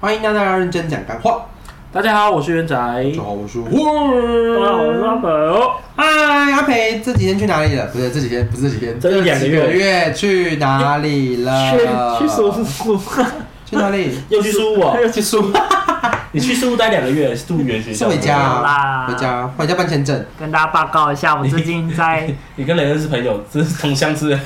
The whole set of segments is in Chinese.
欢迎大家认真讲干话。大家好，我是元仔。大家好，我是我。好，我是阿宝。嗨，哎阿培，这几天去哪里了？不是这几天，不是这几天，这一两个几月月去哪里了？去去苏苏，去哪里？又去苏我， 去苏，你去苏待两个月，住原学是校。回家好啊，啦回家，回家办签证。跟大家报告一下，我最近在你跟雷恩是朋友，这是同乡 之人。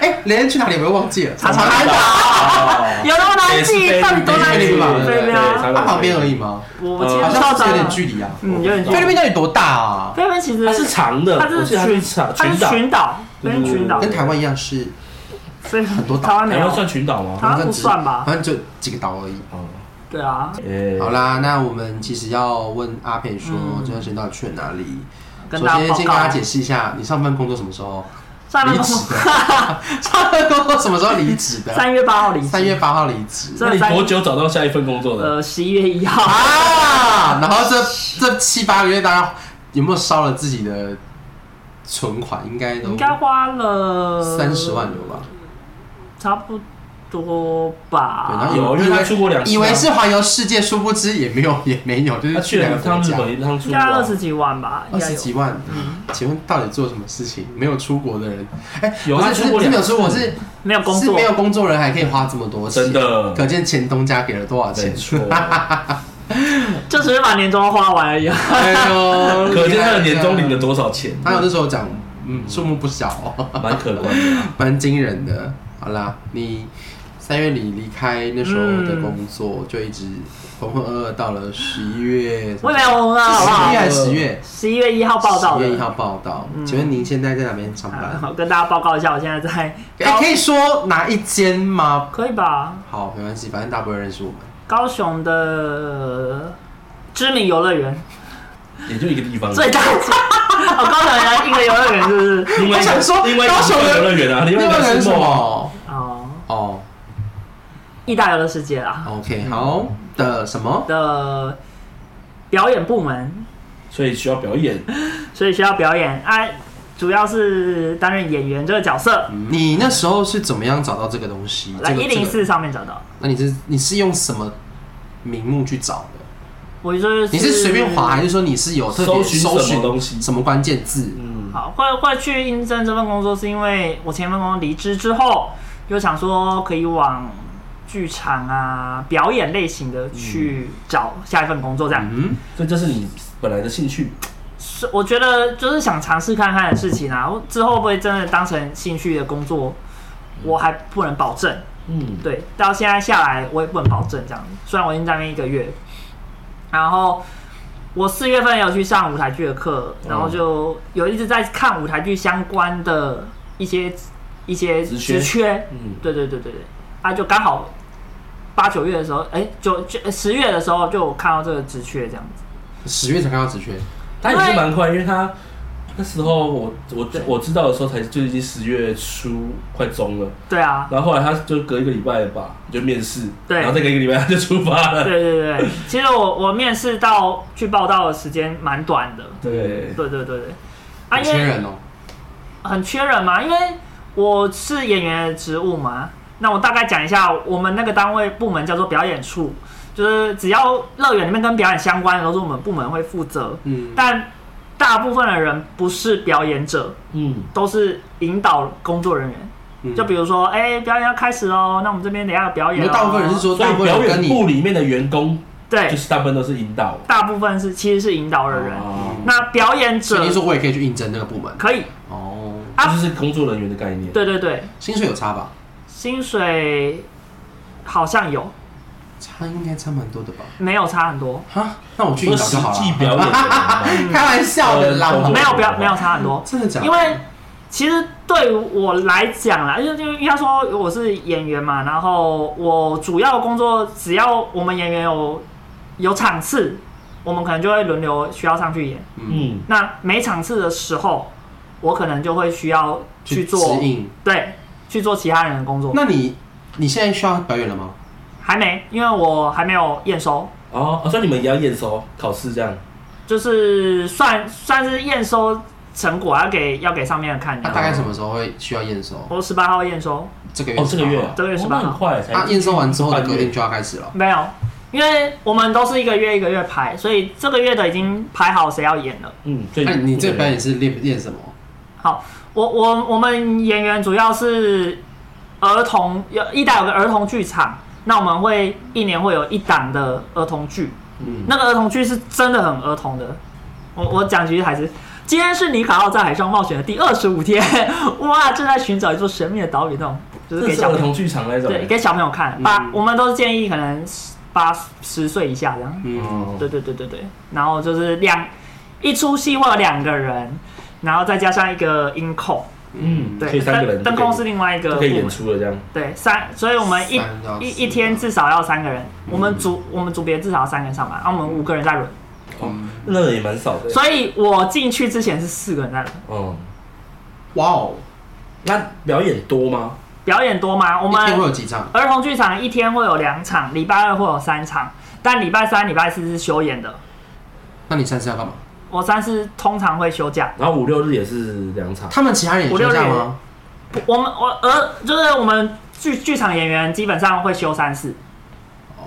哎，雷恩去哪里？我又忘记了。查查海 哦有那么难记，到底多难记？菲律菲律宾宾吧嗯啊，他旁边而已吗？我我记好得像校是长有点距离啊。嗯，有点距菲律离。宾到底多大啊？菲律宾其实它是长的，它我记是得它群是长它是群群岛，菲律宾群岛跟，台湾一样是，所以很多岛台湾岛，没台哎湾算有，群岛吗？台湾不算吧好像就几个岛而已。哦，对啊，诶好啦，那我们其实要问阿培说，嗯这段时间到底去了哪里？跟首大先家先跟大家报告解。释一下，你上份工作什么时候上离面职 的？上份工作什么时候离职的？三月八号离职三月八号离职这那你多久找到下一份工作的？呃十一月一号，啊，然后这这七八个月，大家有没有烧了自己的存款？应该都应该花了三十万有吧？差不多对，然吧后。有因为他出国两次啊以为是环游世界，殊不知也没有， 也没有，就他是去两了个一趟国日家，本，一趟出应国该，二十几万吧，二应该十有。嗯几万。嗯请问到底做什么事情？没有出国的人，哎、有不啊是是出国是没有两次嗯出国，是没有工是作没，有工作人还可以花这么多钱，真的可见前东家给了多少没钱。 错，就只是把年终花完而已啊。 哎呦可见他的年终领了多少钱，他有那时候讲，嗯，数目不小、 哦，蛮可观的。 蛮惊人的。好啦，你三月里离开那时候的工作，就一直浑浑噩噩到了十一月，我也没有工作，啊好不十一好月？还是十月？十一月一号报道十的月 一。号报道。请问您现在在哪边上啊班？我跟大家报告一下，我现在在哎、高可以说哪一间吗？可以吧？好，没关系，反正大家不会认识我们。高雄的呃知名游乐园也就一个地嗯方，最大几， 哦，高雄原来一个游乐园是不是？ 另外一我想说个，另外一个高是雄人游乐园啊，另外一那个个人是什梦啊，么？哦，哦意大游乐世界啦，OK，好的，什么？的表演部门，所以需要表演。所以需要表演啊，主要是担任演员这个角色，你那时候是怎么样找到这个东西？来嗯这个一零，这个四上面找到。那你是你是用什么名目去找嗯的？我就是你是随便划，还是说你是有特别搜寻搜什寻么东西什么关键字？嗯，好，会会去应征这份工作，是因为我前份工作离职之后，又想说可以往剧场啊、表演类型的去找下一份工作，这样。嗯，所以这是你本来的兴趣，是我觉得就是想尝试看看的事情啊，之后会不会真的当成兴趣的工作，我还不能保证。嗯，对，到现在下来我也不能保证这样。虽然我已经在那边一个月，然后我四月份也有去上舞台剧的课，然嗯后就有一直在看舞台剧相关的一些一些职缺职缺。嗯对对对对对，啊，就刚好八九月的时候，哎、九就十月的时候就有看到这个职缺这样子。十月才看到职缺，他也是蛮快，因为他那时候我我对我知道的时候才就已经十月初快中了，对啊，然后后来他就隔一个礼拜吧就面试，对然后再隔一个礼拜他就出发了，对对对，其实我我面试到去报道的时间蛮短的。对，对对对对，啊，很因缺为人哦。很缺人嘛，因为我是演员的职务嘛。那我大概讲一下，我们那个单位部门叫做表演处，就是只要乐园里面跟表演相关的，都是我们部门会负责。嗯，但大部分的人不是表演者，嗯，都是引导工作人员。嗯就比如说，哎、表演要开始哦，那我们这边等一下有表你演、哦。们大部分人是说，所大以部分表人演跟你部里面的员工就对，是大部分都是引导大部分是其实是引导的人。哦那表演所者以你说我也可以去应征那个部门可以，哦。啊这就是工作人员的概念，对对对，薪水有差吧？薪水好像有，差应该差蛮多的吧？没有差很多。哈，那我去说应征实就好际了。表演的 人 嘛，开玩笑的啦嗯，啊没有，不要，没有差很多。真的假的？因为其实对于我来讲啦，因为因为要说我是演员嘛，然后我主要工作只要我们演员有有场次，我们可能就会轮流需要上去演。嗯，嗯，那每场次的时候，我可能就会需要去做指引。对去做其他人的工作。那你你现在需要表演了吗？还没，因为我还没有验收。哦，哦所以你们也要验收考试这样？就是算算是验收成果，要给要给上面的看。那大概什么时候会需要验收？我十八号验收，这个月哦，这个月啊，这个月哦18那很快，才啊，验收完之后的半隔月天就要开始了。没有，因为我们都是一个月一个月排，所以这个月的已经排好谁要演了。嗯，所以那你这个表演是练练什么？好，我我我们演员主要是儿童，有一档有个儿童剧场，那我们会一年会有一档的儿童剧，嗯，那个儿童剧是真的很儿童的。我我讲几句台词。今天是尼卡奥在海上冒险的第二十五天，哇，正在寻找一座神秘的岛屿，那种就是这给是小儿朋友童剧场那种，对给小朋友看。八、嗯我们都是建议可能八十岁以下这样。嗯，哦对对对对对，然后就是两一出戏会有两个人，然后再加上一个音控，嗯，所对，以三个灯人灯控是另外一就个可以演部门出了这样。对三，所以我们一三到一四一天吧至少要三个人，我们组嗯我们组别至少要三个人上班，啊，我们五个人在轮，哦，那也蛮少的。所以我进去之前是四个人在轮。哦，哇哦，那表演多吗？表演多吗？我一天会们有几场？儿童剧场一天会有两场，礼拜二会有三场，但礼拜三、礼拜四是休演的。那你三次要干嘛？我三是通常会休假，然后五六日也是两场。他们其他人也五休六假日吗？不我们我呃，就是我们剧剧场演员基本上会休三四，哦，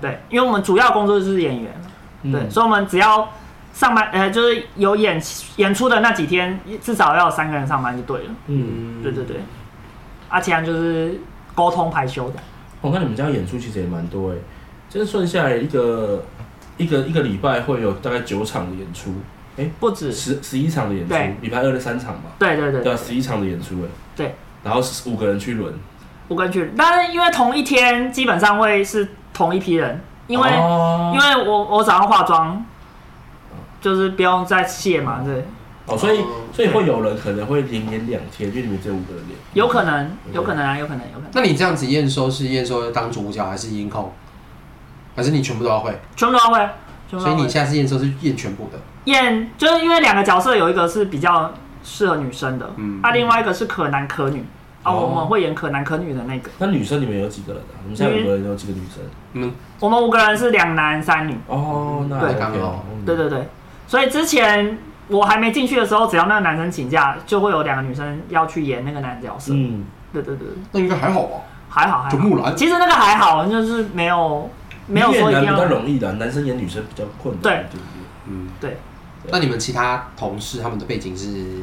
对，因为我们主要工作就是演员，嗯对，所以我们只要上班，呃，就是有演演出的那几天，至少要有三个人上班就对了，嗯，嗯，对对对，啊，其他就是沟通排休的，我看你们家演出其实也蛮多哎，就是算下来一个一个一个礼拜会有大概九场的演出，不止，十十一场的演出对，礼拜二的三场嘛，对对对对对啊，，十一场的演出哎，对，然后是五个人去轮，五个人去，但是因为同一天基本上会是同一批人，因为、哦因为我我早上化妆，就是不用再卸嘛，对。哦，所以哦所以会有人可能会连演两天，因为你们只有五个人演，有可能，嗯有可能啊，有可能，有可能，那你这样子验收是验收当主角还是音控？还是你全部都要会？全部都要会，全部所都以要你会。下次验收是验全部的。演就是因为两个角色有一个是比较适合女生的，嗯啊，另外一个是可男可女，啊，哦我们会演可男可女的那个。那女生你们有几个人啊？你们现在五个人有几个女生？你们我们五个人是两男三女，哦，那对 OK 刚好嗯对对对，所以之前我还没进去的时候，只要那个男生请假，就会有两个女生要去演那个男角色。嗯，对对对，那应该还好吧？还好还就好。木兰其实那个还好，就是没有没有说一越男定比要较容易的，男生演女生比较困难，对对不嗯，对。那你们其他同事他们的背景是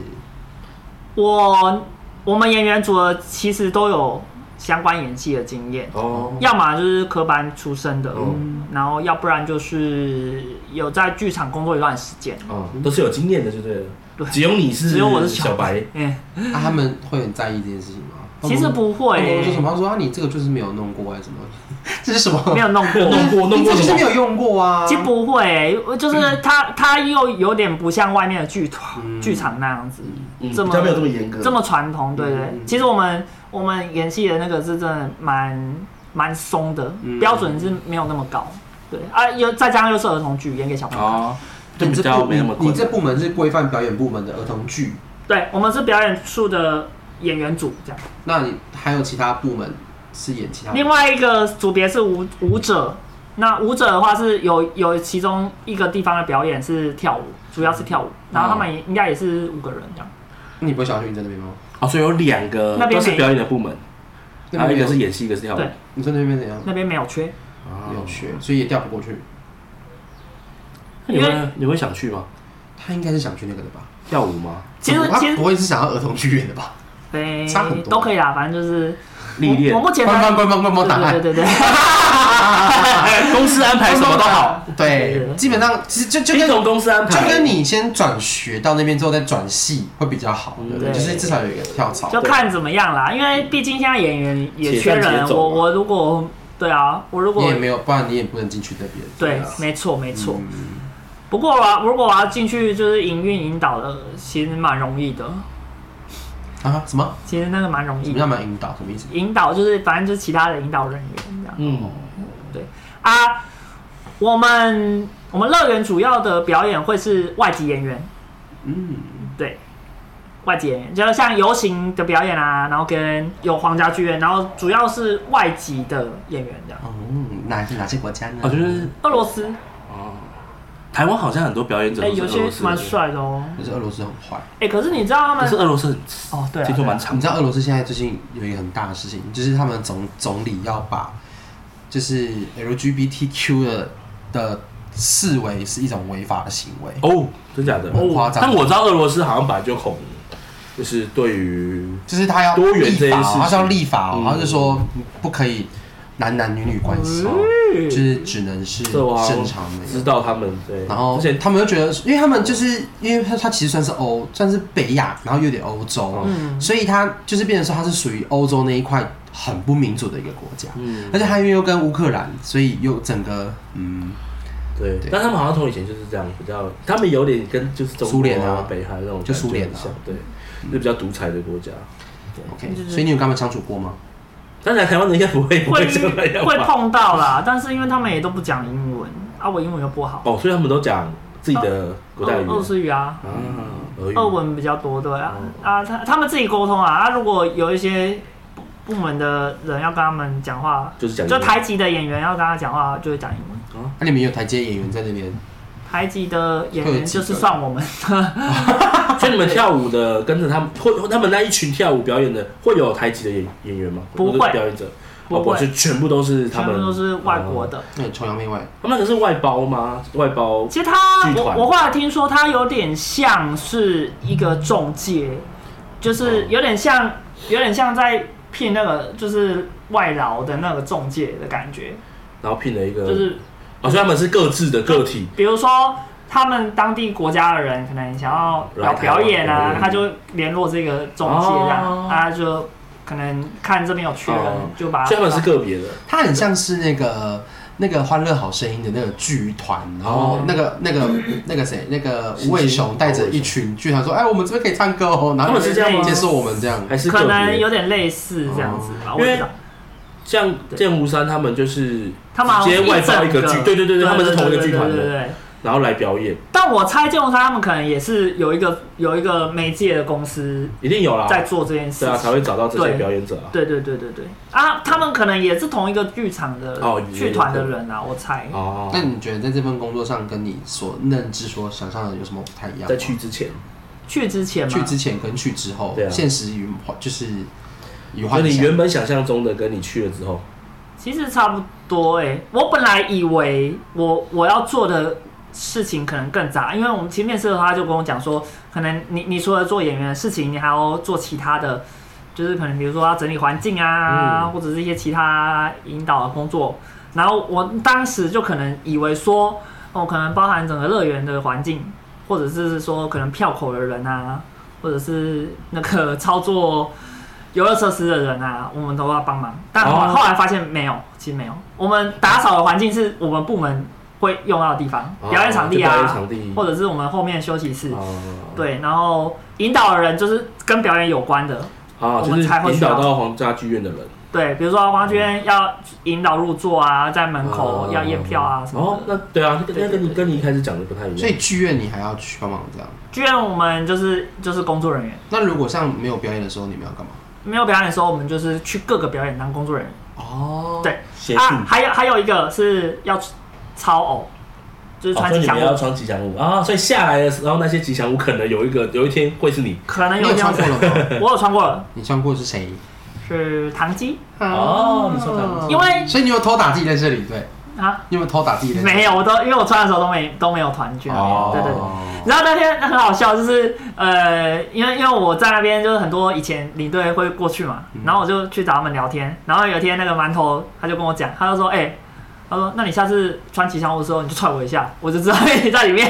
我我们演员组的其实都有相关演戏的经验，对？哦，要么就是科班出身的，嗯然后要不然就是有在剧场工作一段时间。哦，都是有经验的，就对了。嗯对只有你是，只有我是小小白。嗯，啊，他们会很在意这件事情吗？其实不会、他们说什么？他说啊，你这个就是没有弄过还是啊什么？ 这是什么？没有 弄没 有过。弄过，弄你过这就是什没么？有用过啊。其实不会、就是他他又有点不像外面的剧团、嗯剧场那样子，嗯这么比较没有这么严格，这么传统，对不对？嗯嗯其实我们我们演戏的那个是真的蛮蛮松的，嗯标准是没有那么高。对啊，又再加上又是儿童剧，演给小朋友看。啊，就你比这较部没那么你困这难。部门是规范表演部门的儿童剧，对，我们是表演处的演员组这样。那你还有其他部门是演其他？另外一个组别是舞舞者，那舞者的话是有有其中一个地方的表演是跳舞，主要是跳舞，啊然后他们也应该也是五个人这样。那你不会想要去你在那边吗？哦，所以有两个那边都是没表演的部门，啊那还有一边个没有是哦演戏，一个是跳舞。对嗯你说那边怎样？那边没有缺，啊没有学，所以也调不过去。那你因会为你会想去吗？他应该是想去那个的吧？跳舞吗？其实他其不实会是想要儿童剧院的吧？诶、差很多都可以啦，反正就是历练我我目前官方才官方官方答对案，对对对， 公司安排什么都好，对对，对基本上其实就就听跟从公司安就排。跟你先转学到那边之后再转系会比较好，嗯对不对？对就是至少有一个跳槽。 就看怎么样啦，因为毕竟现在演员也缺且战且人，走嘛我我如果对啊，我如啊你果也没有，不然你也不能进去那边。对啊，没错没错。嗯不过啊，如果我要进去就是营运引导的，其实蛮容易的，啊，什么？其实那个蛮容什么易的叫。蛮引导？什么意思？引导就是反正就是其他的引导人员这样嗯，啊。我们我们乐园主要的表演会是外籍演员，嗯，对，外籍人员，就是像游行的表演啊，然后跟有皇家剧院，然后主要是外籍的演员这样。哦，哪是哪些国家呢？哦，就是俄罗斯，哦，台湾好像很多表演者哎、都是有俄罗些斯蛮的，帅的哦。可是俄罗斯很坏。哎、可是你知道他可是们俄罗斯哦对啊听说蛮你长知的，道俄罗斯现在最近有一个很大的事情，就是他们总总理要把就是 LGBTQ 的的视为是一种违法的行为，哦，真假的，很夸张但我知道俄罗斯好像本来就恐，就是对于就是他要多元这立件法事哦情，他是要立法哦嗯，他就说不可以男男女女关系，哦嗯就是只能是这我好像正常知的。道他们对，然后之前他们就觉得，因为他们就是因为他他其实算是欧，算是北亚，然后有点欧洲，嗯所以他就是变成说他是属于欧洲那一块很不民主的一个国家。嗯而且他因为又跟乌克兰，所以又整个嗯，对对，但他们好像从以前就是这样，比较他们有点跟就是中国苏联啊北韩那种就苏联啊嗯感觉很像，对，就比较独裁的国家。 OK，就是所以你有跟他们相处过吗？当然，台湾人应该不会不 会会这样会吧？碰到啦，但是因为他们也都不讲英文啊，我英文又不好，哦，所以他们都讲自己的国俄代语言俄罗斯语啊，啊，俄语俄文比较多，对啊，哦啊，他他们自己沟通啊，啊，如果有一些部部门的人要跟他们讲话，就是讲英就文台籍的演员要跟他讲话，就会讲英文。那、啊你们有台阶演员在那边，台籍的演会有员几就个是算我们，所以你们跳舞的跟着他们，会他们那一群跳舞表演的，会有台籍的演演员吗？不或会者是表演者，不会哦是全部都是他全们，部都是外国哦。的。那你崇洋媚外，他们那个是外包吗？外包其实他剧，我团我后来听说他有点像是一个中介，就是哦有点像，有点像在聘那个就是外劳的那个中介的感觉，然后聘了一个，就是哦，所以他们是各自的个体，比如说他们当地国家的人可能想要来表台湾表演表啊演，他就联络这个中介这哦样，他就可能看这边有缺人哦，就把所以他们是个别的。他很像是那个那个《欢乐好声音》的那个剧团，然哦后那个、那个那个谁，那个星吴伟雄带着一群剧团说：“哎，我们这边可以唱歌哦。”然后他们是这样吗接受我们这样。还是可个能别有点类似这样子吧，哦我因为也不知道。像剑湖山他们就是他们好直像接外包一整个剧，对对对对，他们是同一个剧团对对对的，对对然后来表演，但我猜建宏山他们可能也是有一个有一个媒介的公司一定有啦，在做这件事对啊才情。会找到这些对表演者啊。对对对对对啊，他们可能也是同一个剧场的哦剧团的人啊，我猜。哦那你觉得在这份工作上跟你所认知、所想象的有什么不太一样吗？在去之前，去之前嘛，去之前跟去之后，对啊现实与就是与就幻你想。原本想象中的跟你去了之后，其实差不多哎、我本来以为我我要做的事情可能更杂，因为我们其实面试的话他就跟我讲说，可能你你除了做演员的事情，你还要做其他的，就是可能比如说要整理环境啊，嗯或者是一些其他引导的工作。然后我当时就可能以为说，哦，可能包含整个乐园的环境，或者是说可能票口的人啊，或者是那个操作游乐设施的人啊， 我们都要帮忙。但后来哦后来发现没有，其实没有。我们打扫的环境是我们部门会用到的地方，哦表演场地就表演啊场，地或者是我们后面休息室。哦，对，然后引导的人就是跟表演有关的，啊，我就们是才会引去到导到皇家剧院的人，对，比如说黄娟要引导入座啊，在门口哦要验票啊什么哦，的。那对啊，那跟那对对跟你对啊跟你一开始讲的不太一样，所以剧院你还要去帮忙这样。剧院我们就是就是工作人员，那如果像没有表演的时候，你们要干嘛？没有表演的时候，我们就是去各个表演当工作人员。哦对协助啊，还有还有一个是要超偶，就是哦穿所以吉你祥们物，要穿吉祥物啊，所以下来的时候那些吉祥物可能有一个有一天会是你可能你有有这穿过样子。了吗？我有穿过了，你穿过是谁？啊是唐鸡，哦你说嗯他因为所以你有偷打自己在这里，对？啊你有没有偷打自己在这里？没有，我都因为我穿的时候都没都没有团聚那边，哦对对对。然后那天很好笑，就是呃，因为因为我在那边就是很多以前领队会过去嘛，嗯然后我就去找他们聊天。然后有一天那个馒头他就跟我讲，他就说：“哎、他说那你下次穿吉祥物的时候你就踹我一下，我就知道你在里 面。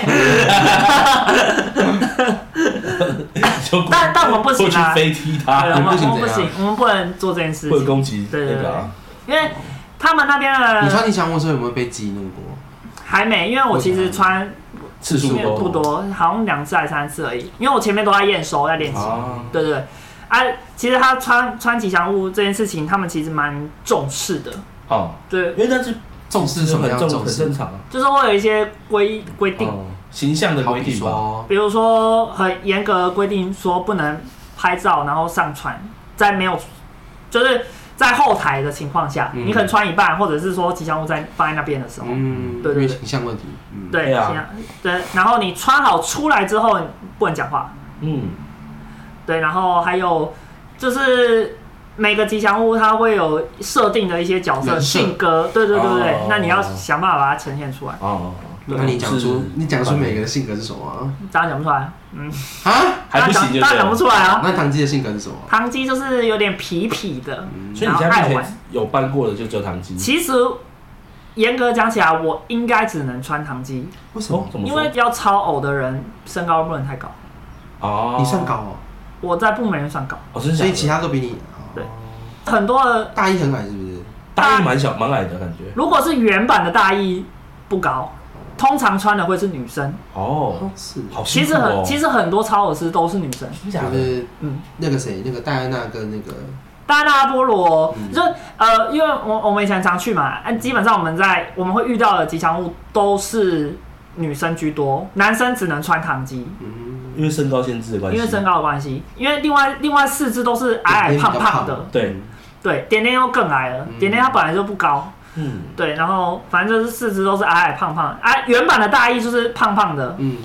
就过但但我们不行过去啊飞踢他，对我们不行我们不怎行样，我们不能做这件事会情，攻击对对那个啊因为他们那边你穿的吉祥物的时候有没有被激怒过？还没，因为我其实穿次不数多也不多，好像两次还是三次而已，因为我前面都在验收在练习。啊，对对对，啊，其实他穿穿吉祥物这件事情，他们其实蛮重视的。哦，对嗯因为那是重视什么样很的重重很视正？常啊。就是会有一些规规定，哦，形象的好规比定吧。说，比如说很严格的规定说不能拍照，然后上传，在没有就是在后台的情况下，嗯你可能穿一半，或者是说吉祥物在放在那边的时候，嗯，对因对为对形象问题，嗯，对对啊这样对，然后你穿好出来之后你不能讲话，嗯，对，然后还有就是每个吉祥物它会有设定的一些角色人设性格，对对对对，哦那你要想办法把它呈现出来，哦，那你讲出你讲出每个个人的性格是什么啊当然讲不出来，嗯，啊？还不行就当对然讲当然讲不了。出来啊。那唐基的性格是什么？唐基就是有点痞痞的，所以你然后家爱目玩前有办过的就只有糖鸡。其实严格讲起来，我应该只能穿唐基，为什哦么，？怎么因说为要超偶的人身高不能太高，哦，你算高哦，我在部门人算高，哦，真的假所的以其他都比你对哦很多的大一很矮是不是？大一蛮小蛮矮的感觉。如果是原版的大衣不高，通常穿的会是女生。哦，是，好其辛苦实哦。很，其实很多超偶师都是女生。真的假就的？是嗯，那个谁，那个戴安娜跟那个大家菠萝嗯就是呃，因为我我们以前常去嘛，啊，基本上我们在我们会遇到的吉祥物都是女生居多，男生只能穿唐基。嗯，因为身高限制的关系。因为身高的关系，因为另外另外四只都是矮矮点点比较胖哎胖的，胖对，对，点点又更矮了，嗯点点它本来就不高，嗯，对，然后反正就是四只都是矮矮胖胖的，哎、原版的大衣就是胖胖的，嗯，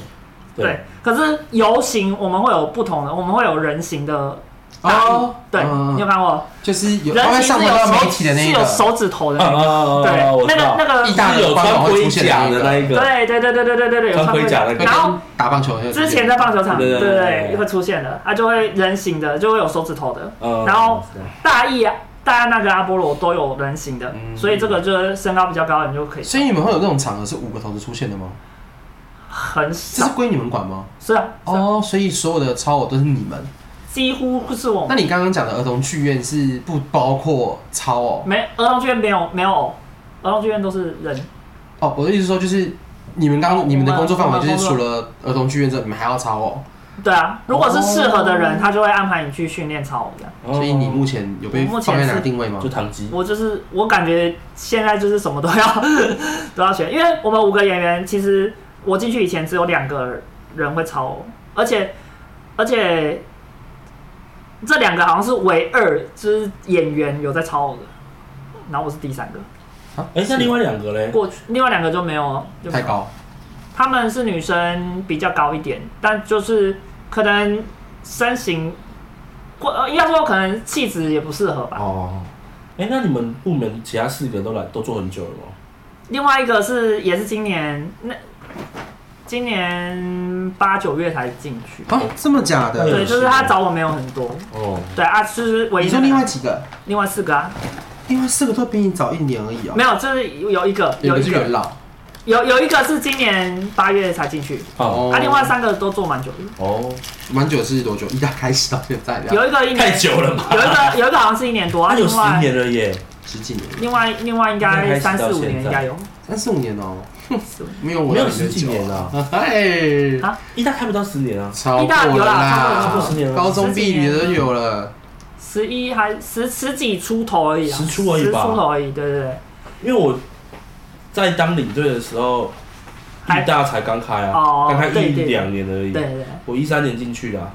对，， 可是游行我们会有不同的，我们会有人形的大衣，哦，对，嗯你有看过？就是有他人会形上是回有到媒手体的是那有个手指头的那个，哦对，我知那个道，那意个。大是利有穿盔甲的那一个，对对对对对对对对，有穿穿盔甲的的那个然后打棒球的那个之前在棒球场，对对对对对对对，对会出现的，它就会人形的，就会有手指头的，呃然后大意啊，大家那个阿波罗都有人形的，嗯所以这个就是身高比较高的人就可以所以你们会有那种场合是五个头子出现的吗？很这少是，归你们管吗？是啊，哦，所以所有的超偶都是你们。几乎是我那们你刚刚讲的儿童剧院是不包括超偶？没儿童剧院没有没有偶，儿童剧院都是人，哦，我的意思说就是你们我刚们你们的工作范围就是我们除工了儿童剧院之外，你们还要哦超偶。对啊，如果是适合的人，哦他就会安排你去训练操偶这样。所以你目前有被哦我目前放在哪是个定位吗哦就？唐鸡，我就是我感觉现在就是什么都要 都要学，因为我们五个演员其实我进去以前只有两个人会超偶，而且而且这两个好像是唯二就是演员有在超偶的，然后我是第三个，啊哎，那另外两个嘞？过去另外两个就没有就没太有，高，他们是女生比较高一点，但就是可能身形或呃应该说可能气质也不适合吧。哦，哎，那你们部门其他四个都来都做很久了吗？另外一个是也是今年那今年八九月才进去，啊，这么假对的？对，就是他找我没有很多，哦，对啊，就是唯一你说另外几个？另外四个啊，另外四个都比你早一年而已哦。没有，就是有一个有有一一个元个老有有一个是今年八月才进去，哦啊，另外三个都做蛮久的，哦，蛮久是多久？一大开始到现在这样，有一个一太年久了吧？有一个有一个好像是一年多，啊，他有另十外年了耶，十几年，另外另外应该三四五年应该有，三四五年哦，四五年没有我没有要你的哦十几久年啊，哎，啊一大开不到十年啊。超一过大有了啦超过啦了超过了十年，了高中毕业都有了，十一还十十几出头而已啊，十出而已吧十出头而已，对对对，因为我在当领队的时候，还义大才刚开啊，哦刚开对一对对两年而已。对对对。我一三年进去的啊、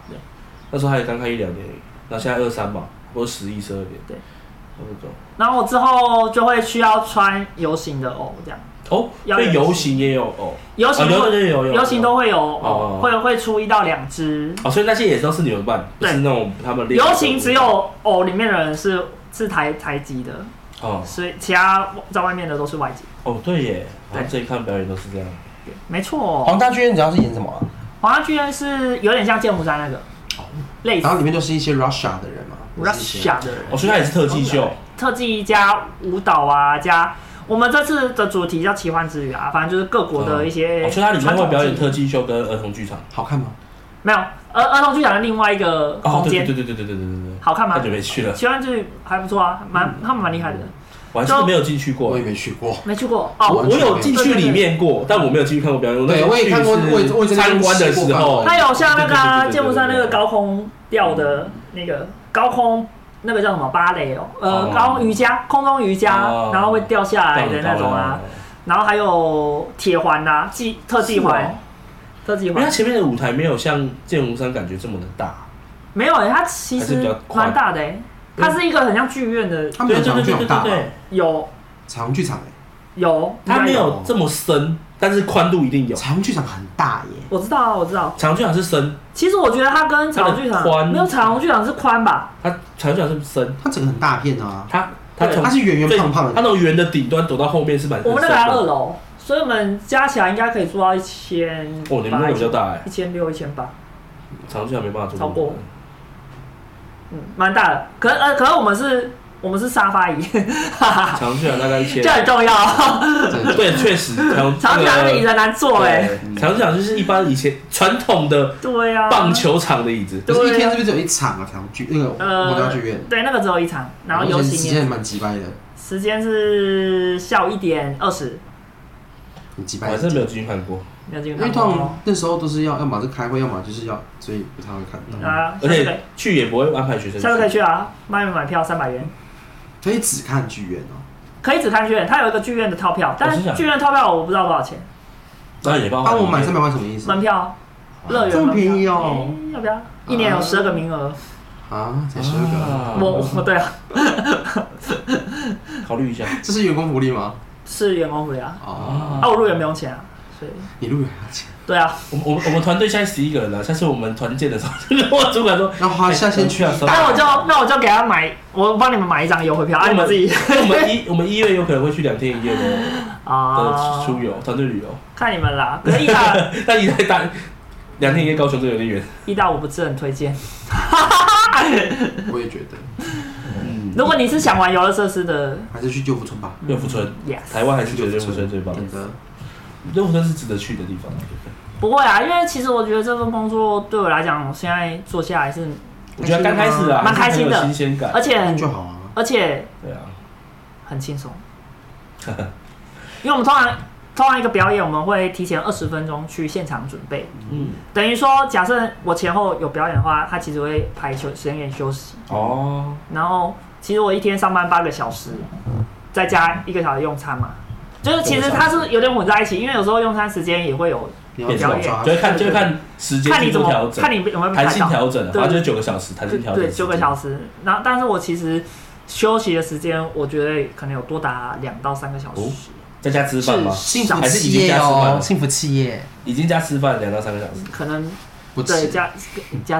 那时候还刚开一两年而已，那现在二三吧，我十一十二年，对，差不多。然后我之后就会需要穿游行的偶，这样哦，要所以游行也有哦，游啊行游会对有有游行都会有偶哦，会会出一到两只。哦，所以那些也都是你们办，不对是那种他们练游的行只有偶里面的人是是台台籍的，哦所以其他在外面的都是外籍。哦对耶，对我这里看表演都是这样，没错，哦黄大剧院主要是演什么啊？皇家剧院是有点像剑湖山那个哦类似然后里面都是一些 Russia 的人嘛 Russia 的人哦，所以它也是特技秀，特技加舞蹈啊，加我们这次的主题叫奇幻之旅啊，反正就是各国的一些哦，所以它里面传统会表演技特技秀跟儿童剧场，好看吗？没有儿儿童剧场的另外一个哦空，对间对，对对对对对对对，嗯好看吗太久没去了，奇幻之旅还不错啊，蛮他们蛮厉害的。我还是没有进去过我也。没去过。没去过哦，我我有进去里面过，但我没有进去看过表演。对那时候我也看过去我也我也在那边参观的吃时过饭候，它有像那个啊对对对对对对剑湖山那个高空吊的那个高空那个叫什么芭蕾哦，呃，哦高瑜伽、空中瑜伽，哦然后会掉下来到的底那到种了啊，，然后还有铁环呐、技特技是环哦、特技因为它环哎前面的舞台没有像剑湖山感觉这么的大，没有、欸，它其还是比较嗯实宽蛮大的、欸，它是一个很像剧院的，他们有长剧场大吧，有彩虹剧场哎、有，它没应该有这么深，但是宽度一定有。彩虹剧场很大耶，我知道啊，我知道。长剧场是深，其实我觉得它跟彩虹剧它的宽场没有彩虹剧场是宽吧，它长剧场是深，它整个很大片啊，它它从它是圆圆胖胖它的，从圆的顶端走到后 面是啊蛮。我们那很个在深的二楼，所以我们加起来应该可以做到一千哦，你们那个比较大哎、一千六、一千八，长剧场没办法做。超过嗯，蛮大的。可呃，可是我们是，我们是沙发椅，长剧场大概一千这。很重要。真的对，确实，长长条的椅子很难坐哎、欸。对，长剧场就是一般以前传统的对啊，呃棒球场的椅子，可是一天是不是只有一场啊？彩虹剧那个呃国家剧院，对，那个只有一场，然后游以前时行间也还蛮急掰的，时间是下午一点二十，很急我掰还真的。没有进去看过。没有进因入为看通过常那时候都是要要么是开会，要么就是要，所以不太会看到。啊，而下次可以且去也不会安排学生，下次可以去啊，外面买票三百元。可以只看剧院哦。可以只看剧院，它有一个剧院的套票，但我是是想剧院套票我不知道多少钱，当然也帮啊帮我买三百万什么意思？门票啊乐园这么门票便宜哦诶要不要？一年有啊十二个名额，啊，才十二个，啊我我对啊，考虑一下这是员工福利吗？是员工福利啊，哦，啊我入园没有钱啊，所以你入园还要钱，对啊，我们我们我们团队现在十一个人了，啊下次我们团建的时候，就跟我主管说，那花下先去哎我们去啊大那我就那我就给他买，我帮你们买一张优惠票，啊我你们自 己我们一我们一月有可能会去两天一夜 的啊的，出游，团队旅游，看你们啦，可是一到 但一太大，两天一夜高雄这有点远， 一到五不是很推荐，我也觉得，嗯，如果你是想玩游乐设施的还是去旧福村吧。六福村， ，yes，台湾还是觉得六福村最棒，真的，六福村是值得去的地方，不会啊，因为其实我觉得这份工作对我来讲，我现在做下来是，我觉得刚开始啊，蛮开心的还是很有呃新鲜感，而且很就好啊。而且对啊，很轻松，因为我们通常通常一个表演，我们会提前二十分钟去现场准备，嗯，等于说，假设我前后有表演的话，他其实会排休时间给你休息，哦，然后其实我一天上班八个小时，再加一个小时用餐嘛，就是其实它是有点混在一起，因为有时候用餐时间也会有你要啊变怎少么抓就？会看就会看时间看你去怎做么调整看，你有没有被弹排性到，调整啊，对好像就是九个小时弹性调整对，时间，九个小时，然后但是我其实休息的时间，我觉得可能有多达两到三个小时。哦在家吃饭吗？幸福还是企已经业加四万哦了，幸福企业已经加吃饭两到三个小时，可能不对吃。加 加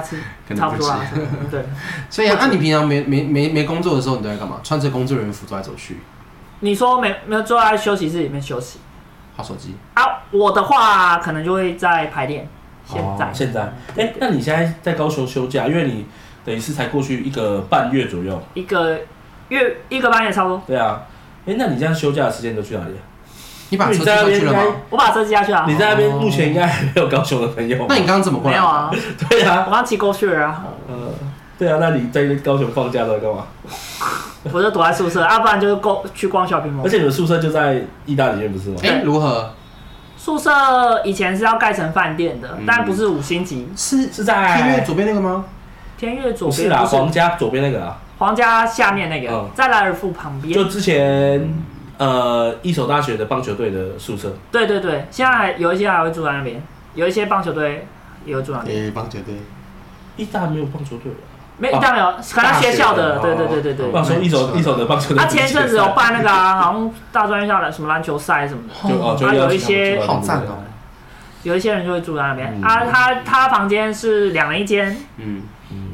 吃可能差不多啊不， 对。所以啊，那你平常没没没没工作的时候，你都在干嘛？穿着工作人员服走来走去，你说没没有坐在休息室里面休息划手机。啊？我的话可能就会在排练，现在、哦现在，哎，那你现在在高雄休假，因为你等于是才过去一个半月左右，一个月一个班也差不多。对啊，哎，那你这样休假的时间都去哪里啊？你把车因为你推在那上边去了应吗？我把车机下去啊你，在那边目前应该还没有高雄的朋友吧，那你刚刚怎么过没来？有啊，对啊我，刚骑过去了啊，呃，对啊，那你在高雄放假都在干嘛？我就躲在宿舍， 啊，不然就是逛去逛 shopping 而 mall。且你们宿舍就在意大里面不是吗？哎，如何？宿舍以前是要盖成饭店的嗯，但不是五星级。是是天在悦左边那个吗？天悦左不边是啦，不皇家左边那个啦，皇家下面那个嗯，在莱尔富旁边就。之前呃一所大学的棒球队的宿舍，对对对，现在还有一些还会住在那边，有一些棒球队也会住在那边。哎，棒球队。意大没有棒球队吧。没，啊当然有，可能学校哦的，对对对对对。棒球一手一手的棒球队。他前一阵子有办那 个啊，好像大专校的什么篮球赛什么的，就哦，就邀请他他有们一些出来好赞哦。有一些人就会住在那边嗯啊。他他房间是两人一间，嗯，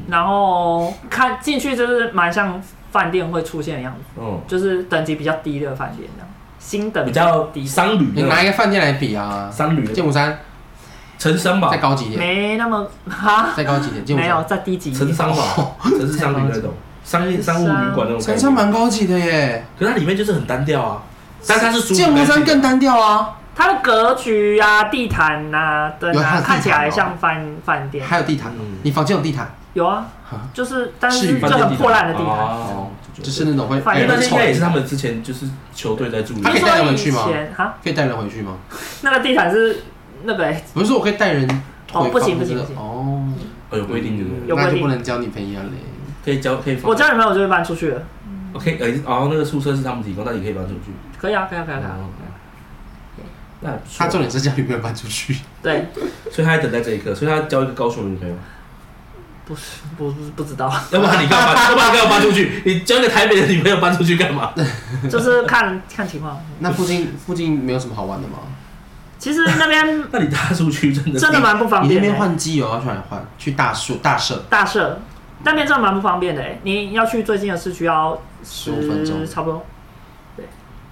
然后看进去就是蛮像饭店会出现的样子，嗯，就是等级比较低的饭店这样，新等比较低，商旅你的拿一个饭店来比啊，商旅的剑湖山城商再吧，高级一点，没那么哈，再高级一点，剑湖没有山。再低级一城点。商吧，城市商旅那种 商业商务旅馆那种。城山，蛮高级的耶，可是它里面就是很单调啊，但是它是舒服剑湖干山净的更单调啊，它的格局啊、地毯呐、灯有它啊的，地看起来毯哦像饭饭店。还有地毯嗯，你房间有地毯，有啊哈，就是但是是雨就饭店很破烂的地毯。哦就是那种会饭哎因店为那很些臭应该也的是他们之前就是球队在住他的可以你带人说回以去吗前哈，可以带人回去吗？那个地毯是那个、欸、不是说我可以带人回哦不行房不行子不行哦，哦有规定对不对？有规那就定不能交女朋友嘞。可以交可以放。我交女朋友就会搬出去了， OK，呃，然后那个宿舍是他们提供，那你可以搬出去。可以啊，可以啊，可以啊，可以啊哦嗯那还不错他重点是叫女朋友搬出 去，对，所以他在等待这一刻，所以他交一个高雄女朋友， 不是，不不不知道， 要不然你干嘛？要不然你干嘛搬出去？你交一个台北的女朋友搬出去干嘛？ 就是看看情况。那附近附近没有什么好玩的吗？其实那边那你搭出去真的是真的蛮不方你那便边的，欸换机油要去哪里换？去大树大社大社那边真的蛮不方便的欸，你要去最近的市区要十五分钟10，差不多。对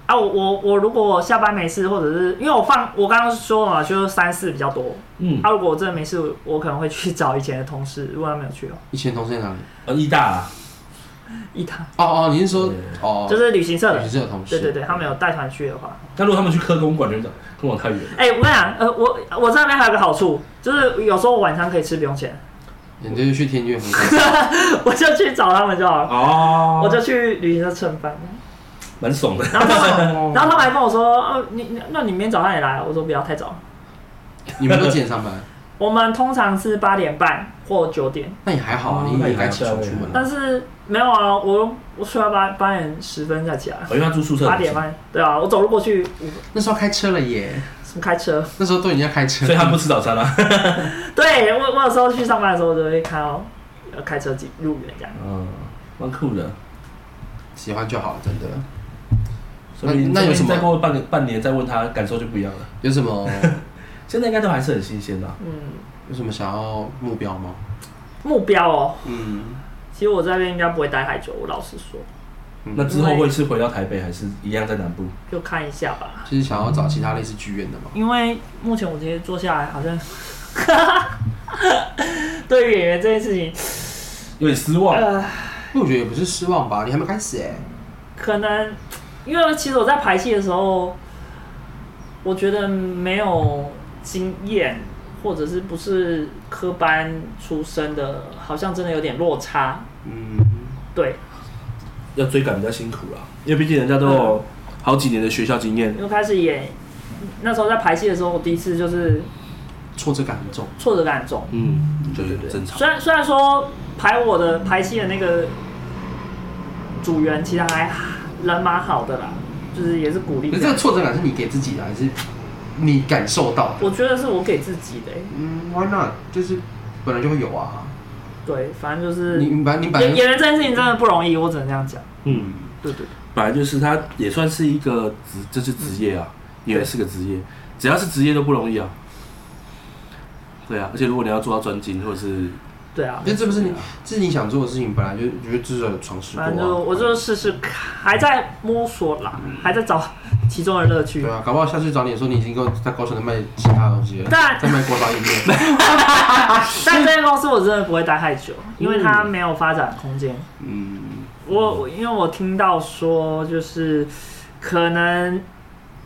啊，我我我如果下班没事，或者是因为我放我刚刚说了嘛，就是三四比较多。嗯，啊，如果我真的没事，我可能会去找以前的同事，如果他没有去哦，以前同事在哪里？呃，义大啦，一趟哦哦，你是说对哦，就是旅行社的你，是有同事？对对对，他们有带团去的话，但如果他们去科工馆，就跟我太远了。哎、我跟你讲，呃，我我这边还有个好处，就是有时候我晚餐可以吃不用钱， 你就是去天悦喝咖啡我就去找他们就好了，哦，我就去旅行社蹭饭。蛮爽的。然后他们， 然后他们还跟我说，呃，你你那你明天早上也来啊？我说不要太早，你们都几点上班？我们通常是八点半或九点，那也还好啊，哦你那也也还还出起来了出门啊但了。是没有啊，我我睡到八八点十分才起来，哦我因为他住宿舍，八点，半，对啊，我走路过去，我那时候开车了耶，什么开车？ 那时候都已经要开车所以，他们不吃早餐啊啦。对我我有时候去上班的时候，我就会看到呃开车进入园这样。嗯，蛮酷的。喜欢就好了， 真的。所以那那有什么再过半年半年再问他，感受就不一样了。有什么现在应该都还是很新鲜的啊。嗯，有什么想要目标吗？目标哦，嗯，其实我在那边应该不会待太久，我老实说，嗯那之后会是回到台北，还是一样在南部？就看一下吧。就是想要找其他类似剧院的嘛。因为目前我直接做下来，好像 对于演员这件事情，有点失望。呃，因为我觉得也不是失望吧，你还没开始哎、可能因为其实我在排戏的时候，我觉得没有经验，或者是不是科班出身的，好像真的有点落差。嗯，对，要追赶比较辛苦啦，因为毕竟人家都有好几年的学校经验因，为开始演那时候在排戏的时候，我第一次就是挫折感很重。挫折感很重。嗯，对对对对，对，正常。虽然虽然说排我的排戏的那个组员，其实还人蛮好的啦，就是也是鼓励可的是。这个挫折感是你给自己的，还是你感受到的？我觉得是我给自己的欸、嗯，Why not？就是本来就会有啊。对，反正就是你演你本你本演来员这件事情真的不容易，我只能这样讲。嗯，对对本来就是他也算是一个职，这是职业啊，也是个职业，只要是职业都不容易啊。对啊，而且如果你要做到专精，或者是对啊，这这不是你这是你想做的事情，本来就觉得至少有尝试过、反正就啊。我就试试看，还在摸索啦，还在找其中的乐趣对。啊，搞不好下次找你的时候，你已经够在高雄在 卖其他东西了，但在卖锅烧意 面。但这间公司我真的不会待太久，因为它没有发展空间。嗯，我我因为我听到说，就是可能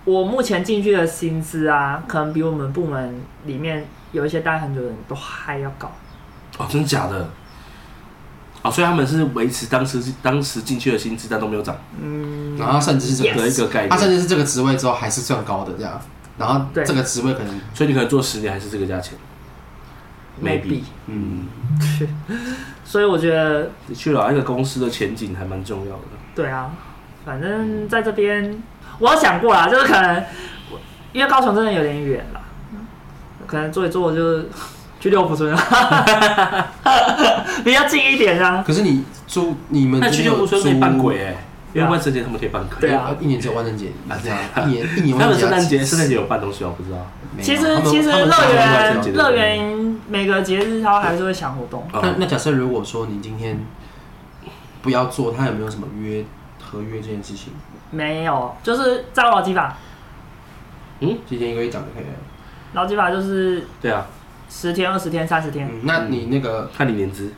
我目前进去的薪资啊，可能比我们部门里面有一些待很久的人都还要高。哦，真的假的？哦，所以他们是维持当时当时进去的薪资，但都没有涨嗯，然后甚至是这个 Yes 的一个概他甚念。至是这个职位之后还是算高的这样，然后对这个职位可能所以你可能做十年还是这个价钱。 maybe，嗯， 所以我觉得的确啊啦，一个公司的前景还蛮重要的。对啊，反正在这边我有想过啦，就是可能我因为高雄真的有点远啦，可能坐一坐就 去六福村啊， 比较近一点啊。可是你租你们那租去六福村可以扮鬼哎、因对啊为万圣节他们可以扮鬼。对啊呃一年只有万圣节是这对样，啊一年一年他万们圣圣诞节节圣诞节有办东西吗我不知道。没有其他实们其实他们乐他们园节乐园每个节日它还是会想活动，哦那那假设如果说你今天不要做，他有没有什么约合约这件事情？没有，就是在劳基法，今天一个一讲就可以了。劳基法就是对啊，十天、二十天、三十天，嗯，那你那个看你年资。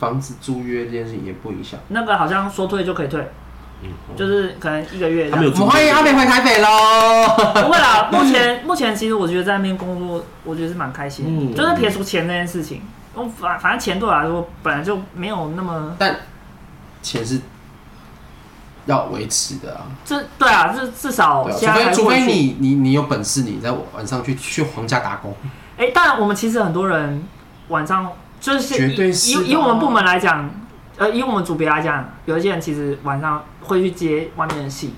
房子租约这件事情也不影响。那个好像说退就可以退，嗯，就是可能一个月这他们有样。我们欢迎阿美回台北 喽！ 不会啦，目前目前其实我觉得在那边工作，我觉得是蛮开心的，嗯就是撇除钱这件事情，我反反正钱对我来说本来就没有那么钱是要维持的啊，这对啊，这至少对啊，除现在还非除过得非去你你你有本事，你在晚上去去皇家打工，哎、但我们其实很多人晚上就是绝对以是的啊以以我们部门来讲，呃，以我们组别来讲，有一些人其实晚上会去接外面的戏，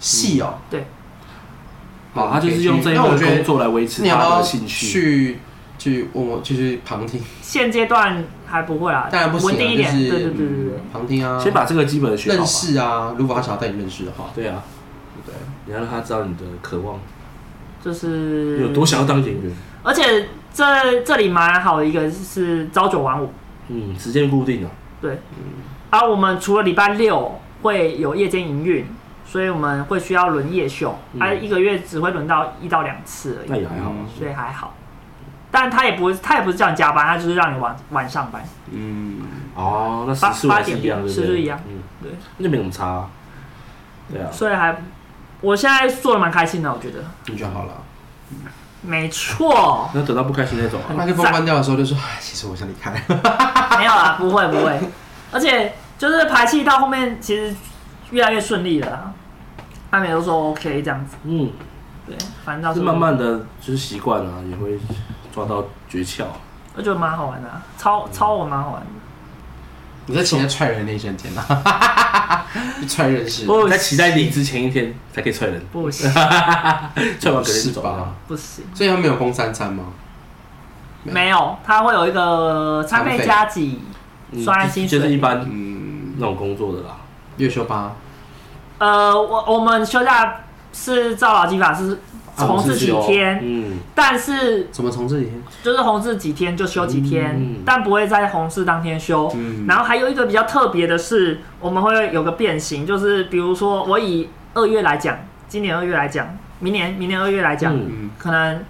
戏哦，对，好，他就是用这一那我份觉得工作来维持你要不他要的兴趣。去啊去问我，就是旁听？现阶段还不会啦，当然不行稳啊，定一点，就是对对对对对。旁听啊，先把这个基本的学好认吧。识啊。如果他想要带你认识的话，对啊，对不对？你要让他知道你的渴望，就是有多想要当演员。而且这这里蛮好的一个是朝九晚五，嗯，时间固定啊。对。而、啊我们除了礼拜六会有夜间营运，所以我们会需要轮夜秀，嗯而一个月只会轮到一到两次而那已，也还好啊。嗯所以还好。但他也不是，他也不是叫你加班，他就是让你晚晚上班。嗯，哦，那时数还是一样，对不八八点对？是不是一样嗯，对，那就没什么差啊。对啊，所以还，我现在做的蛮开心的，我觉得。那就好了。没错，那等到不开心那种啊，麦克风关掉的时候就说：“哎，其实我想离开。没有啦，不会不会。而且就是排戏到后面，其实越来越顺利了啦。他们也都说 OK 这样子，嗯，对，反正到时是候慢，慢的，就是习惯啊，也会抓到诀窍。我觉得蛮好玩的啊、超超我蛮好玩的。”你在前面踹人那一瞬间啊， 就踹认识，不在期待离职前一天才可以踹人，不行踹完隔天就是走吧了。？啊不行，所以他们有公三餐吗？没有，他会有一个餐费加几，嗯算在薪就水就是一般嗯，那种工作的啦。月休八，呃，我我们休假是照劳基法是红字几天，嗯，但是怎么从这里？就是红字几天就休几天，嗯但不会在红字当天休。嗯然后还有一个比较特别的是，我们会有个变形，就是比如说我以二月来讲，今年二月来讲，明年明年二月来讲，嗯嗯，可能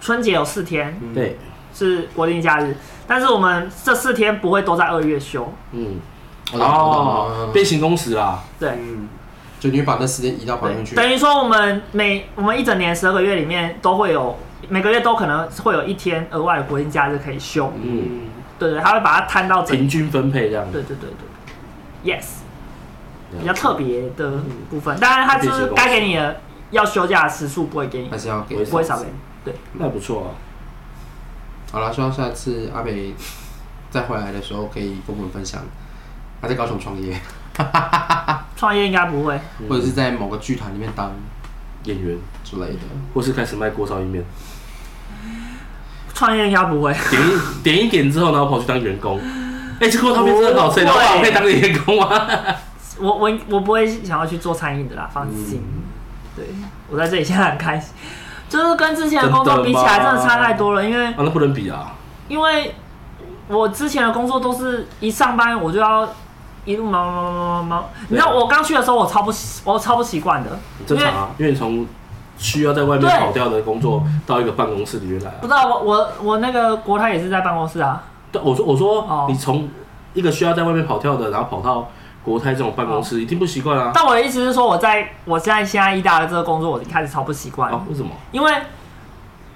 春节有四天嗯，对，是国定假日，但是我们这四天不会都在二月休，嗯，我懂哦我，懂。变形工时啦，对。嗯，就你会把那时间移到旁边去。等于说我们每我们一整年十二个月里面都会有每个月都可能会有一天额外的国定假日可以休，嗯，嗯，对对，他会把它摊到整，平均分配这样。对对对对，yes，了解比较特别的部分。当然，他就是该给你的要休假的时数不会给你还，是要给我也。不会少给你。那不错啊。好了，希望下次阿北再回来的时候可以跟我们分享他在高雄创业，创业应该不会，嗯或者是在某个剧团里面当演员，之类的。或是开始卖锅烧意面，创业应该不会。 点一点一点之后，然后跑去当员工。哎，这锅烧面真的好吃，不老板哦会我可以当你员工吗？ 啊我我我不会想要去做餐饮的啦，放心。对我在这里现在很开心，就是跟之前的工作比起来，真的吗真的差太多了，因为。啊，那不能比啊。因为我之前的工作都是一上班我就要一路忙忙忙忙忙忙，你知啊道我刚去的时候我超不习我超不习惯的，正常啊，因为你从需要在外面对跑掉的工作到一个办公室里面来不啊。知道我我我那个国泰也是在办公室啊，对，我说我哦说你从一个需要在外面跑跳的，然后跑到国泰这种办公室，一定不习惯啊。但我的意思是说我在我现在现在一大的这个工作我一开始超不习惯，哦啊，为什么？因为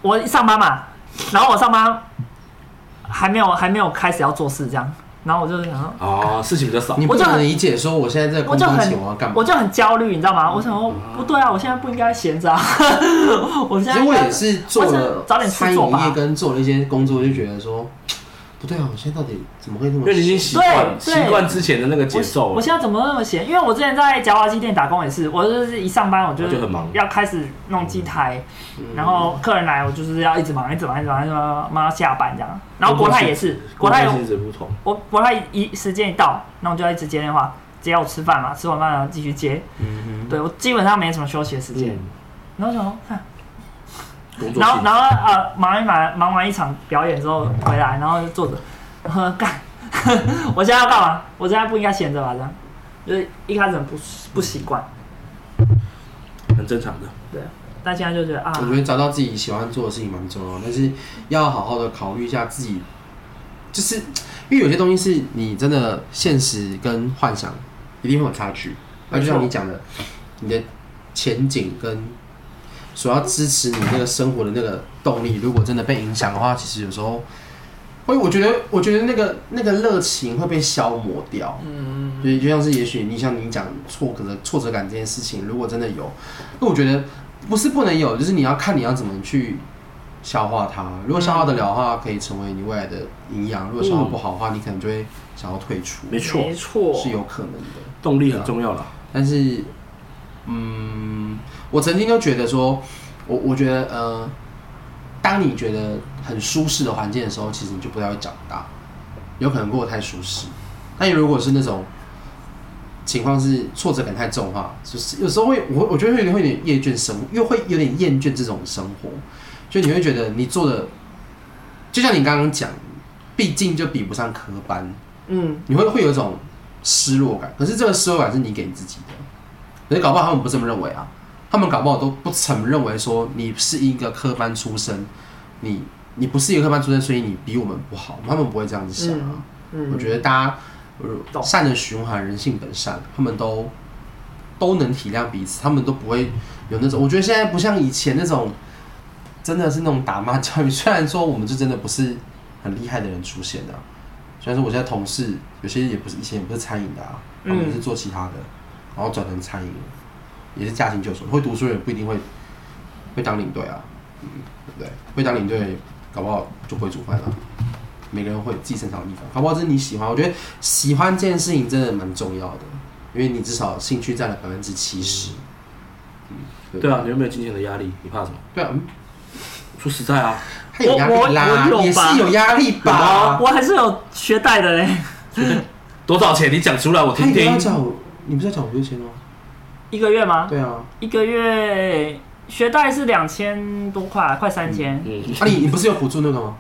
我一上班嘛，然后我上班还没有还没有开始要做事这样，然后我就想说啊，事情比较少你。不我就能很理解说我现在在我工就作很前我要干嘛？嗯我就很焦虑，你知道吗？我想说不对啊，我现在不应该闲着啊， 我其现在实应我该也是做了我想早点餐去饮做吧业跟做了一些工作，就觉得说不对啊，我现在到底怎么会那么因为你已经习惯习对对惯之前的那个节奏我。了我，现在怎么那么闲？因为我之前在夹娃娃机店打工也是，我就是一上班我哦就嗯我就很忙要开始弄机台，然后客人来我就是要一直忙，一直忙，一直忙，一直忙，忙到下班这样。然后国泰也是，嗯国泰薪水不同，我国泰一时间一到，那我就要一直接电话，接到我吃饭嘛，吃完饭然后继续接。嗯对我基本上没什么休息的时间嗯，，然后想说，哼工作然后性然后呃忙一忙忙完一场表演之后回来，然后就坐着， 然后干， 我现在要干嘛？我现在不应该闲着吧？这样，就是一开始很不不习惯，很正常的。对，但现在就觉得啊，我觉得找到自己喜欢做的事情蛮重要的，但是要好好的考虑一下自己，就是因为有些东西是你真的现实跟幻想一定会有差距。那就像你讲的，你的前景跟所要支持你那个生活的那个动力，如果真的被影响的话，其实有时候会，我觉得，我觉得那个那个热情会被消磨掉。嗯，对，就像是也许你像你讲挫折挫折感这件事情，如果真的有，那我觉得不是不能有，就是你要看你要怎么去消化它。如果消化得了的话，可以成为你未来的营养；如果消化不好的话，你可能就会想要退出，没错没错，是有可能的。动力很重要啦。但是，嗯，我曾经就觉得说，我我觉得呃，当你觉得很舒适的环境的时候，其实你就不太会长大，有可能过得太舒适。但如果是那种情况是挫折感太重的话，就是有时候会我我觉得会有点会有点厌倦生活，又会有点厌倦这种生活，就你会觉得你做的，就像你刚刚讲，毕竟就比不上科班，嗯，你会会有一种失落感。可是这个失落感是你给你自己的，可是搞不好他们不这么认为啊，他们搞不好都不曾认为说你是一个科班出身，你你不是一个科班出身，所以你比我们不好，他们不会这样子想啊。嗯，我觉得大家呃懂善的循环，人性本善，他们都都能体谅彼此，他们都不会有那种。我觉得现在不像以前那种，真的是那种打骂教育。虽然说我们就真的不是很厉害的人出现的、啊，虽然说我现在同事有些也不是以前也不是餐饮的啊，他们嗯也是做其他的，然后转成餐饮，也是驾轻就熟。会读书的人不一定会会当领队啊，嗯，对不对？会当领队，搞不好就不会煮饭了、每个人会有自己擅长的地方，搞不好这是你喜欢。我觉得喜欢这件事情真的蛮重要的，因为你至少兴趣占了百分之七十。嗯，对啊，你又没有金钱的压力，你怕什么？对啊，嗯说实在啊，他有压力啦，我我我也有吧是有压力啊，吧？我还是有学贷的嘞，多少钱？你讲出来我他听一个哎听要。缴，你不是要缴五六千吗？一个月吗？对啊，一个月学贷是两千多块，快三千。嗯，啊你你不是有补助那个吗？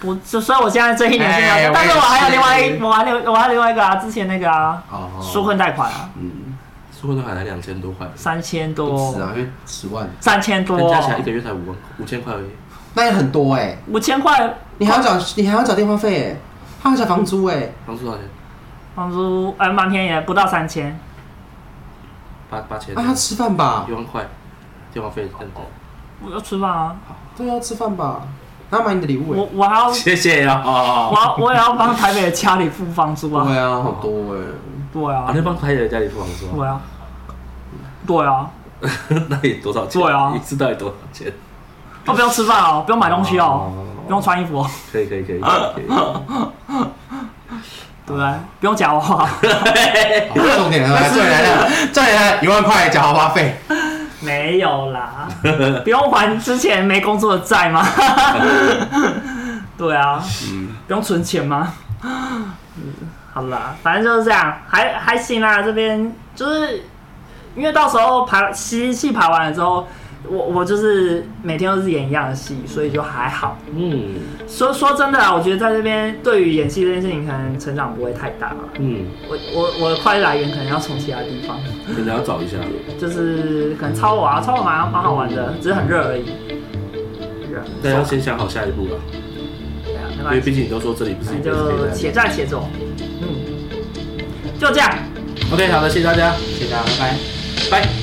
不，就所以我现在这一年现哎在，我但是也我还有是另外一，我还有我还有另外一个啊，之前那个啊，哦纾困贷款啊，嗯，说不定还来两千多块，三千不多止，啊，因为十万，三千但多加，起来一个月才五万五千块而已。那也很多哎，五千块你还要缴，你还要缴电话费哎，还要缴房租哎，房租多少钱？房租，哎，蛮便宜的，不到三千。八八千啊那。他吃饭吧一？万块，电话费等等。我要吃饭啊，对啊，吃饭吧，然后买你的礼物我哎。我还要，谢谢啊！我哦要我也要帮台北的家里付房租啊，对啊，好多哎。对啊，啊那，帮拍的家里付房租对啊，啊，对啊， 那也多少钱？对啊一次到底多少钱？哦，不用吃饭哦，不用买东西哦，哦不用穿衣服哦，可以可以可以可以。对不对？不用夹娃娃，重点 来了，重点来了，重点来了，一万块缴豪华费，没有啦，不用还之前没工作的债吗？对啊，不用存钱吗？嗯，好啦，反正就是这样，还还行啦。这边就是因为到时候排戏戏排完了之后，我我就是每天都是演一样的戏，所以就还好。嗯说说真的啊，我觉得在这边对于演戏这件事情，可能成长不会太大。嗯，我我我的快乐来源可能要从其他地方。可能要找一下。就是可能超我啊，超我蛮蛮好玩的，只是很热而已。热，但要先想好下一步了，对啊，没因为关系，毕竟你都说这里不是一辈子可以就待且的。战且走，嗯，就这样。 OK，好的，谢谢大家，谢谢大家，拜拜。拜。